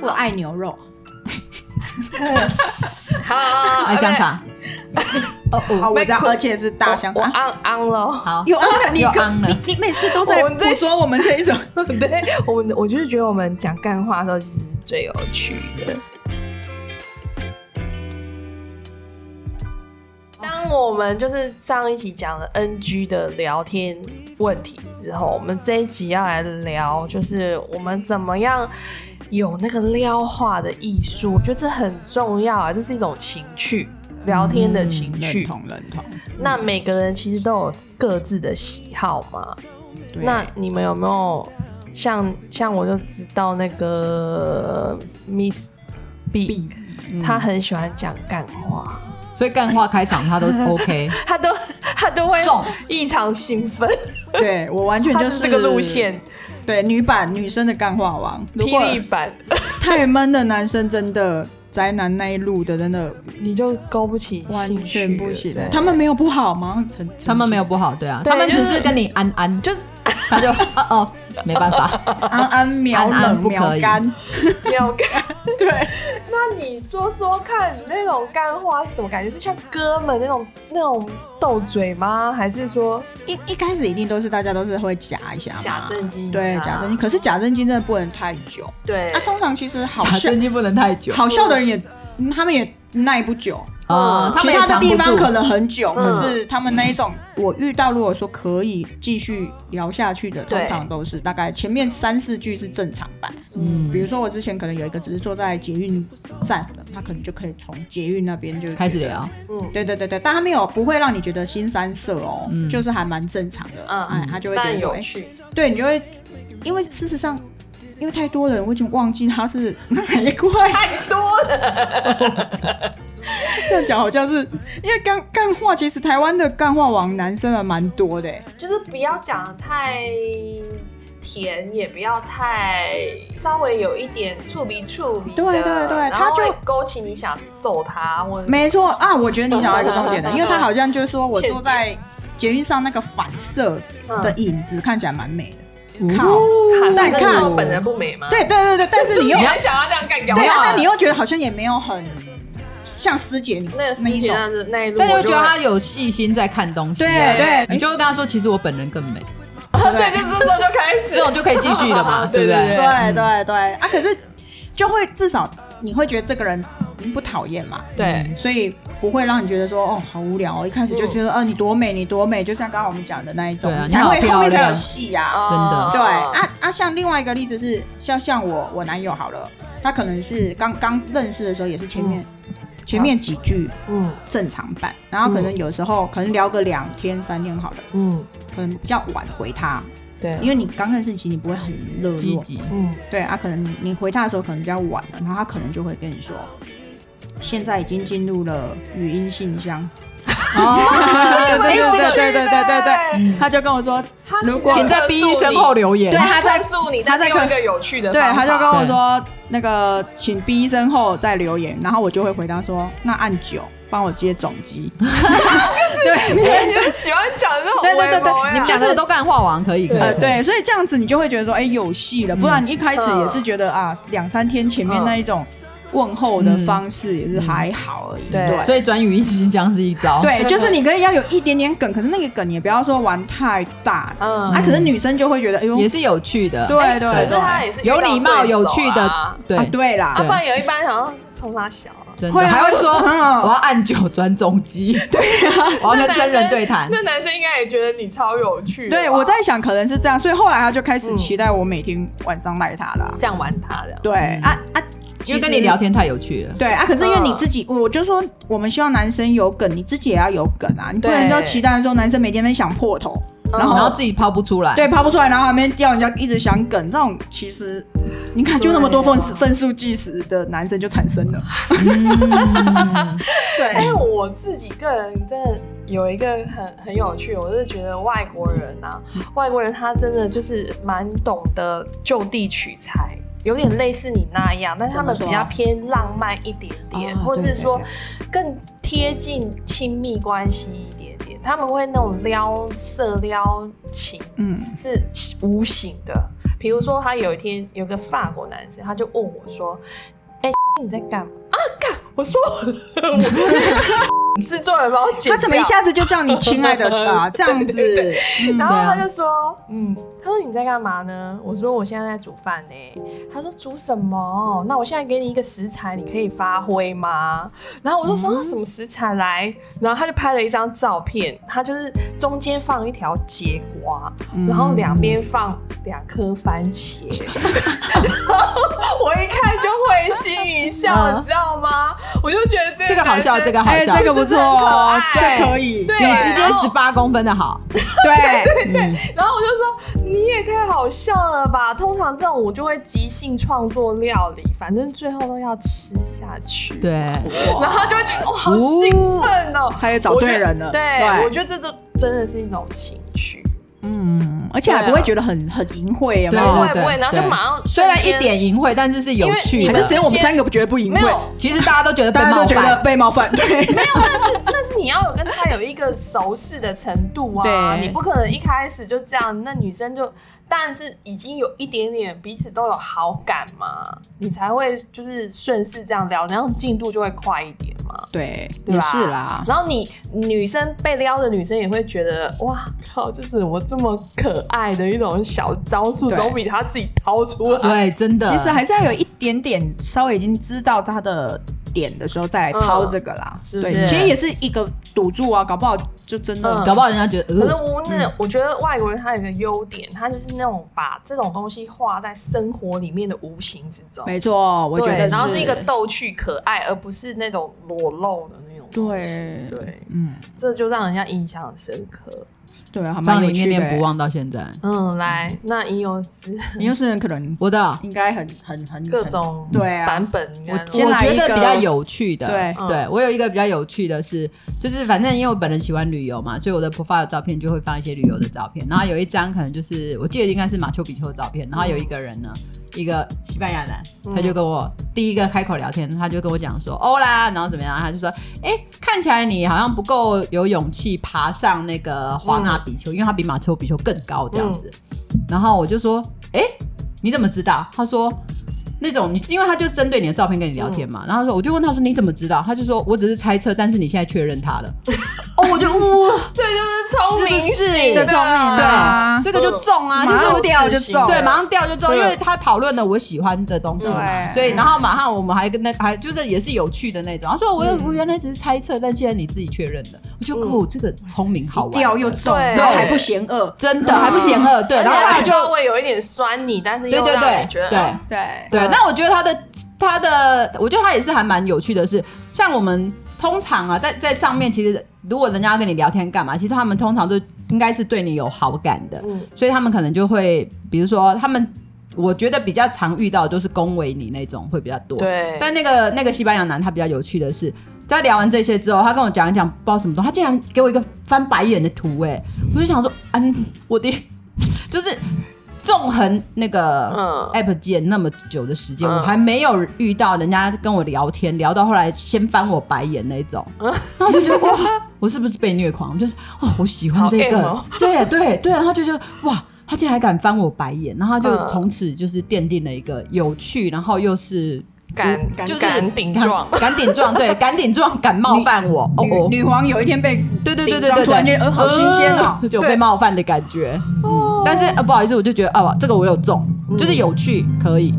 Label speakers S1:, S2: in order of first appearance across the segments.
S1: 我爱牛肉，
S2: 好好好
S3: 那香肠，哦
S1: 好，
S3: 哦，
S1: 我这样，而且是大香
S2: 我
S1: 肠。啊
S2: 安安了。
S3: 好，
S1: 有安了，你
S3: 又
S1: 跟
S3: 安了
S1: 你你每次都在
S2: 我们
S1: 捕
S2: 这
S1: 捉我们这一种。
S2: 对我，我就是觉得我们讲干话的时候，其实是最有趣的。当我们就是上一期讲了 NG 的聊天问题之后，我们这一集要来聊，就是我们怎么样有那个撩话的艺术，我觉得这很重要啊，这是一种情趣，聊天
S1: 嗯
S2: 的情
S1: 认
S2: 趣。
S1: 同认 同。
S2: 那每个人其实都有各自的喜好嘛，
S1: 对
S2: 那你们有没有像像我就知道那个 Miss B，他
S1: 嗯
S2: 很喜欢讲干话，
S3: 所以干话开场 他都 OK，
S2: 他都他都会
S3: 中
S2: 异常兴奋，
S1: 对我完全
S2: 他
S1: 就是
S2: 这个路线，
S1: 对女版女生的干话王。如果
S2: 霹雳版，
S1: 太闷的男生真的宅男那一路的真的
S2: 你就勾不起
S1: 完
S2: 兴趣
S1: 全
S2: 了，
S1: 不行
S2: 对
S1: 的。他们没有不好吗？陈
S3: 他们没有不好，对啊，
S2: 对
S3: 他们只
S2: 就是是
S3: 跟你安安，就是 他就哦哦，没办法，
S1: 安安秒
S3: 安安
S1: 冷
S3: 不可
S1: 秒
S3: 以
S1: 干，
S2: 没有干。
S1: 对，
S2: 那你说说看，那种干话是什么感觉？是像哥们那种那种斗嘴吗？还是说
S1: 一一开始一定都是大家都是会夹一下嘛，
S2: 假正经啊
S1: 对假正经，可是假正经真的不能太久。
S2: 对
S1: 啊，通常其实好
S3: 假
S1: 笑
S3: 正经不能太久
S1: 好笑的人也，嗯他们也耐不久。
S3: 啊，他
S1: 嗯其
S3: 们也
S1: 他的
S3: 藏
S1: 地
S3: 不
S1: 方
S3: 住
S1: 可，能很久，
S2: 嗯
S1: 可是他们那一种，我遇到如果说可以继续聊下去的，
S2: 对
S1: 通常都是大概前面三四句是正常版。
S3: 嗯
S1: 比如说我之前可能有一个只是坐在捷运站的，他可能就可以从捷运那边就
S3: 开始。聊，
S2: 嗯，
S1: 对对对对，但他没有不会让你觉得新三色哦，
S3: 嗯
S1: 就是还蛮正常的。
S2: 嗯
S1: 哎，他就会觉
S2: 但
S1: 得说，
S2: 有
S1: 哎、
S2: 趣。
S1: 对你就会，因为事实上。因为太多人，我已经忘记他是哪一块。
S2: 太多了。
S1: 这样讲好像是，因为干干话，其实台湾的干话王男生还蛮多的、哎
S2: 就是不要讲得太甜，也不要太稍微有一点触鼻触鼻的，
S1: 对对对
S2: 然
S1: 他
S2: 后
S1: 就
S2: 会勾起你想揍他或者
S1: 没错啊，我觉得你讲到一个重点了，因为他好像就是说我坐在捷运上那个反射的影子看起来蛮美的，靠，
S2: 看，
S1: 但
S2: 但
S1: 看
S2: 看我本人不美吗？
S1: 对对对对，但是你又
S2: 你要想要这样干掉
S1: 对啊，
S2: 他。
S1: 但你又觉得好像也没有很像师姐你
S2: 那个啊
S1: 那
S2: 时
S1: 一
S2: 间
S1: 种，
S2: 那那一路，
S3: 但是
S2: 我
S3: 我
S2: 就
S3: 觉得他有细心在看东西啊，
S1: 对对
S3: 你就会跟他说，其实我本人更美，
S1: 对不
S2: 对，就这时候就开始
S3: 这种就可以继续了嘛，
S2: 对
S3: 不
S2: 对
S3: 对？
S1: 对对对啊，可是就会至少你会觉得这个人不讨厌嘛，
S2: 对
S1: 所以不会让你觉得说哦好无聊哦，一开始就觉得哦你多美你多美，就像刚刚我们讲的那一种
S3: 嗯对啊，你
S1: 才
S3: 好
S1: 会后
S3: 漂
S1: 面才有
S3: 亮
S1: 戏啊，
S2: 哦
S1: 对啊啊，像另外一个例子是，像像我我男友好了，他可能是刚刚认识的时候也是前面、
S3: 嗯
S1: 前面几句
S2: 嗯
S1: 正常版，然后可能有时候可能聊个两天三天好了，
S2: 嗯，
S1: 可能比较晚回他，
S2: 对，
S1: 因为你刚认识期你不会很热
S3: 积
S1: 络，
S3: 极，
S2: 嗯
S1: 对啊，可能你你回他的时候可能比较晚了，然后他可能就会跟你说，现在已经进入了语音信箱，
S3: 哦，
S1: 对对对对对对对嗯对，
S2: 对，
S1: 他就跟我说，
S2: 他
S1: 如果
S3: 请在 B 一声后留言
S1: 对，他在
S2: 在诉你，
S1: 他
S2: 但
S1: 在
S2: 是用
S1: 客
S2: 一个有趣的
S1: 对，
S2: 方
S1: 他
S2: 法，
S1: 就跟我说那个，请逼一声后再留言，然后我就会回答说，那按九帮我接总机。对
S2: 对，你 就喜欢讲这种
S1: 对对对对
S2: 微博呀
S3: 你们讲的都干话王可以，可
S1: 呃，
S3: 以，
S1: 对，所以这样子你就会觉得说，哎、有戏了。不然你一开始
S2: 嗯
S1: 也是觉得啊，两三天前面
S2: 嗯
S1: 那一种问候的方式也是还好而已。
S2: 对
S1: 对。
S3: 所以转语音信箱是一招，
S1: 对，就是你可以要有一点点梗，可是那个梗也不要说玩太大，
S2: 嗯
S1: 啊，可是女生就会觉得，哎呦，
S3: 也是啊有趣的，
S1: 对对对
S2: 可是他也是遇到
S3: 有礼貌、
S2: 哎对手啊
S3: 有趣的，对
S1: 啊，对啦
S2: 啊，，
S3: 对
S2: 不然有一般好像冲他小啊。
S3: 真
S1: 会
S3: 的
S1: 啊
S3: 还会说
S1: 嗯
S3: 我要按九转总机， 对啊， 我要跟真人对谈，
S2: 那男生应该也觉得你超有趣的吧。
S1: 对我在想可能是这样，所以后来他就开始期待我每天晚上赖他啦。
S2: 这样玩他的。
S1: 对啊啊，
S3: 因为
S1: 其
S3: 跟
S1: 实
S3: 你聊。天太有趣了，
S1: 对啊，可是因为你自己，我就说我们希望男生有梗，你自己也要有梗啊，你不能
S2: 对
S1: 都期待说男生每天在想破头，然
S2: 哦
S3: 然
S1: 后
S3: 后自己抛不出来，
S1: 哦对抛不出来，然后还没要人家一直想梗，这种其实你看就那么多
S2: 对啊
S1: 分数分数计时的男生就产生了，
S3: 嗯
S2: 哎、
S1: 对，
S2: 我自己个人真的有一个很很有趣，我是觉得外国人啊，外国人他真的就是蛮懂得就地取材。有点类似你那样，但是他们
S1: 怎
S2: 比
S1: 么说
S2: 较偏浪漫一点点，
S1: 啊
S2: 或
S1: 对
S2: 是
S1: 对
S2: 说
S1: 对
S2: 更贴近亲密关系一点点。他们会那种撩色撩情，
S1: 嗯，
S2: 是无形的，比如说，他有一天有个法国男生，他就问我说：“哎、你在干嘛啊？干？”我说：“ 我制作人帮我剪。”
S1: 他怎么一？下子就叫你亲爱 的啊？这样
S2: 对对
S1: 子，嗯
S2: 然后
S3: 对啊
S2: 他就说：“嗯，他说你在干嘛呢？”我说：“我现在在煮饭呢、他说：“煮什么？那我现在给你一个食材，你可以发挥吗？”然后我就说：“
S3: 嗯
S2: 啊什么食材来？”然后他就拍了一张照片，他就是中间放一条节瓜，然后
S3: 嗯
S2: 两边放两颗番 茄，我一看就会心一笑，
S3: 嗯
S2: 你知道吗？我就觉得这个
S3: 这个好笑
S2: 男生
S3: 这个好
S1: 哎，
S3: 笑
S1: 这个啊不错哦，
S2: 这
S1: 这
S3: 是很可爱
S1: 可以，
S2: 对
S3: 你直接
S2: 然后
S3: 十八公分的好，
S1: 对，
S2: 然后我就说你也太好笑了吧！通常这种我就会即兴创作料理，反正最后都要吃下去。，
S3: 对，
S2: 然后他就会觉得哇，好兴奋哦！
S1: 他也找
S2: 我觉
S1: 对
S2: 得
S1: 人了，
S2: 对，我觉得这就真的是一种情趣，
S1: 嗯，而且还不会觉得很很淫秽，有没
S3: 对
S2: 不
S1: 有
S2: 会？不会，
S3: 对
S2: 然后就
S3: 对
S2: 马上
S3: 虽然
S2: 瞬
S3: 一
S2: 间
S3: 点淫秽，但是是有趣
S2: 因为你
S1: 还
S3: 的
S1: 是。只有我们三个不觉得不淫
S2: 没有
S1: 秽，
S3: 其实大家都觉得被
S1: 大家
S3: 冒
S1: 都觉得
S3: 犯，
S1: 被冒犯，对，
S2: 但是 但是你要有跟他有一个熟识的程度啊，
S1: 对
S2: 你不可能一开始就这样，那女生就当然是已经有一点点彼此都有好感嘛，你才会就是顺势这样聊，然后进度就会快一点嘛。
S1: 对，
S2: 对啊
S1: 也
S2: 吧
S1: 是啦，
S2: 然后你女生被撩的女生也会觉得哇靠，这怎么这么可爱的一种小招数，
S1: 对
S2: 总比她自己掏出来。
S3: 对，真的。
S1: 其实还是要有一点点稍微已经知道他的点的时候再来抛这个啦，
S2: 嗯是不
S1: 对，
S2: 是
S1: 其实也是一个赌注啊，搞不好就真的
S2: 嗯
S3: 搞不好人家觉得，
S2: 可是
S3: 呃，
S2: 我那、我觉得外国人他有一个优点，他就是那种把这种东西画在生活里面的无形之中。
S1: 没错，我觉
S2: 对
S1: 得欸
S2: 然后是一个逗趣可爱，而不是那种裸露的那种东
S1: 对
S2: 西。对，
S1: 嗯，
S2: 这就让人家印象很深刻。
S1: 对啊，还蛮
S3: 让
S1: 有
S3: 你
S1: 趣
S3: 念
S1: 的
S3: 念
S1: 欸
S3: 不。忘到现在。
S2: 嗯，来，那吟游诗
S1: 你又是很可能
S3: 我的，
S1: 应该很很很
S2: 各
S1: 很
S2: 种
S1: 对啊
S2: 版本，应该
S1: 我
S2: 都
S1: 先
S3: 我
S1: 来
S3: 觉
S1: 一
S3: 得
S1: 个
S3: 比较有趣的，
S1: 对
S2: 嗯
S3: 对我有一个比较有趣的是，就是反正因为我本人喜欢旅游嘛，所以我的 profile 照片就会放一些旅游的照片，然后有一张可能就是我记得应该是马丘比丘的照片，然后有一个人呢，一个西班牙男，他就跟我
S1: 嗯
S3: 第一个开口聊天，他就跟我讲说欧啦，然后怎么样，他就说，哎、看起来你好像不够有勇气爬上那个华纳比丘，因为他比马丘比丘更高这样子，然后我就说，哎、你怎么知道？他说那种你，因为他就是针对你的照片跟你聊天嘛。然后他说，我就问他说你怎么知道？他就说我只是猜测，但是你现在确认他了。哦，我就呜，
S2: 这就是聪哦明
S3: 是不是
S2: 型
S1: 这
S2: 的，
S1: 聪明
S3: 对，
S1: 啊
S3: 这个就中啊，
S1: 马
S3: 就是
S1: 上
S3: 我
S1: 掉就
S2: 自
S1: 中
S2: 信
S1: 了，
S3: 对，马上掉就中，
S2: 对
S3: 因为他讨论了我喜欢的东西嘛，
S1: 对
S3: 所以然后马上我们还跟那还就是也是有趣的那种。他说我
S1: 嗯
S3: 我原来只是猜测，但现在你自己确认了，我就
S2: 嗯
S3: 哦这个聪明好玩，
S1: 掉又重，
S2: 对
S1: 然后还不嫌饿，
S3: 真的还不嫌恶，对，
S2: 而且
S3: 然后
S2: 他
S3: 他就
S2: 稍微有一点酸你，但是
S3: 对
S2: 又
S3: 对
S2: 让
S3: 对
S2: 你觉得
S3: 对
S2: 嗯。
S1: 对
S3: 对，啊
S2: 对
S3: 那我觉得他的他的，我觉得他也是还蛮有趣的是，像我们通常啊，在在上面，其实如果人家要跟你聊天干嘛，其实他们通常都应该是对你有好感的，
S2: 嗯
S3: 所以他们可能就会，比如说他们，我觉得比较常遇到的就是恭维你那种会比较多。
S2: 对，
S3: 但那个那个西班牙男他比较有趣的是，在聊完这些之后，他跟我讲一讲不知道什么东西，他竟然给我一个翻白眼的图、哎，我就想说，嗯，我的 就是纵横那个
S2: 嗯
S3: app 界那么久的时间，
S2: 嗯
S3: 我还没有遇到人家跟我聊天聊到后来先翻我白眼那种，
S2: 嗯
S3: 然后我就觉得哇，我是不是被虐狂？我就是哦，我喜欢这
S2: 好 M
S3: 个
S2: 哦，
S3: 对对对，然后就觉得哇。他竟然还敢翻我白眼，然后他就
S2: 嗯
S3: 从此就是奠定了一个有趣，然后又是
S2: 敢
S1: 敢
S2: 就是
S1: 敢
S2: 敢顶 撞，
S3: 敢顶撞，对，敢顶撞，敢冒犯我，哦哦，
S1: 女女皇有一天被
S3: 对对
S1: 顶
S3: 对对
S1: 撞
S3: 对，
S1: 突然间呃好新鲜哦，
S3: 呃就有被冒犯的感觉。但是呃不好意思，我就觉得啊，这个我有中，就是
S1: 嗯
S3: 有趣，可以，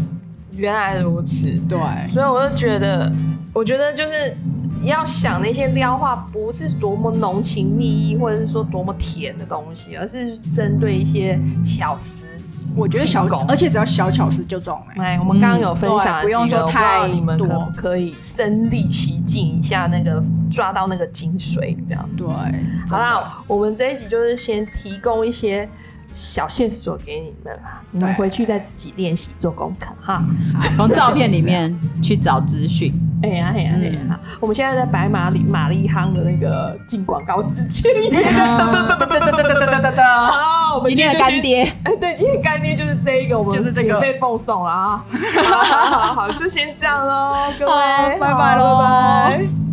S2: 原来如此。
S1: 对，
S2: 所以我就觉得，我觉得就是要想那些撩话，不是多么浓情蜜意，或者是说多么甜的东西，而是针对一些巧思。
S1: 我觉得小
S2: 进攻，
S1: 而且只要小巧思就中哎，
S2: 哎，我们刚刚有分
S1: 嗯对
S2: 享的
S1: 不用
S2: 几个，
S1: 说
S2: 我不知道
S1: 太
S2: 你们可
S1: 多
S2: 不可以身临其境一下，那个抓到那个精髓，这样。
S1: 对，
S2: 好啦，我们这一集就是先提供一些小线索给你们啦，你们
S1: 对
S2: 回去再自己练习做功课哈。
S3: 从照片里面去找资讯。
S2: 哎呀哎呀哎
S3: 嗯
S2: 呀！我们现在在白马里玛丽夯的那个进广告时 间里面。好啦，我们
S3: 今天的干
S2: 就先，
S3: 爹，
S2: 哎 对，今天的干爹就是这一个，我们
S1: 就是这个
S2: 被奉 送了啊！好好好，好就先这样喽，各位，
S3: 好拜拜喽
S2: 好拜拜。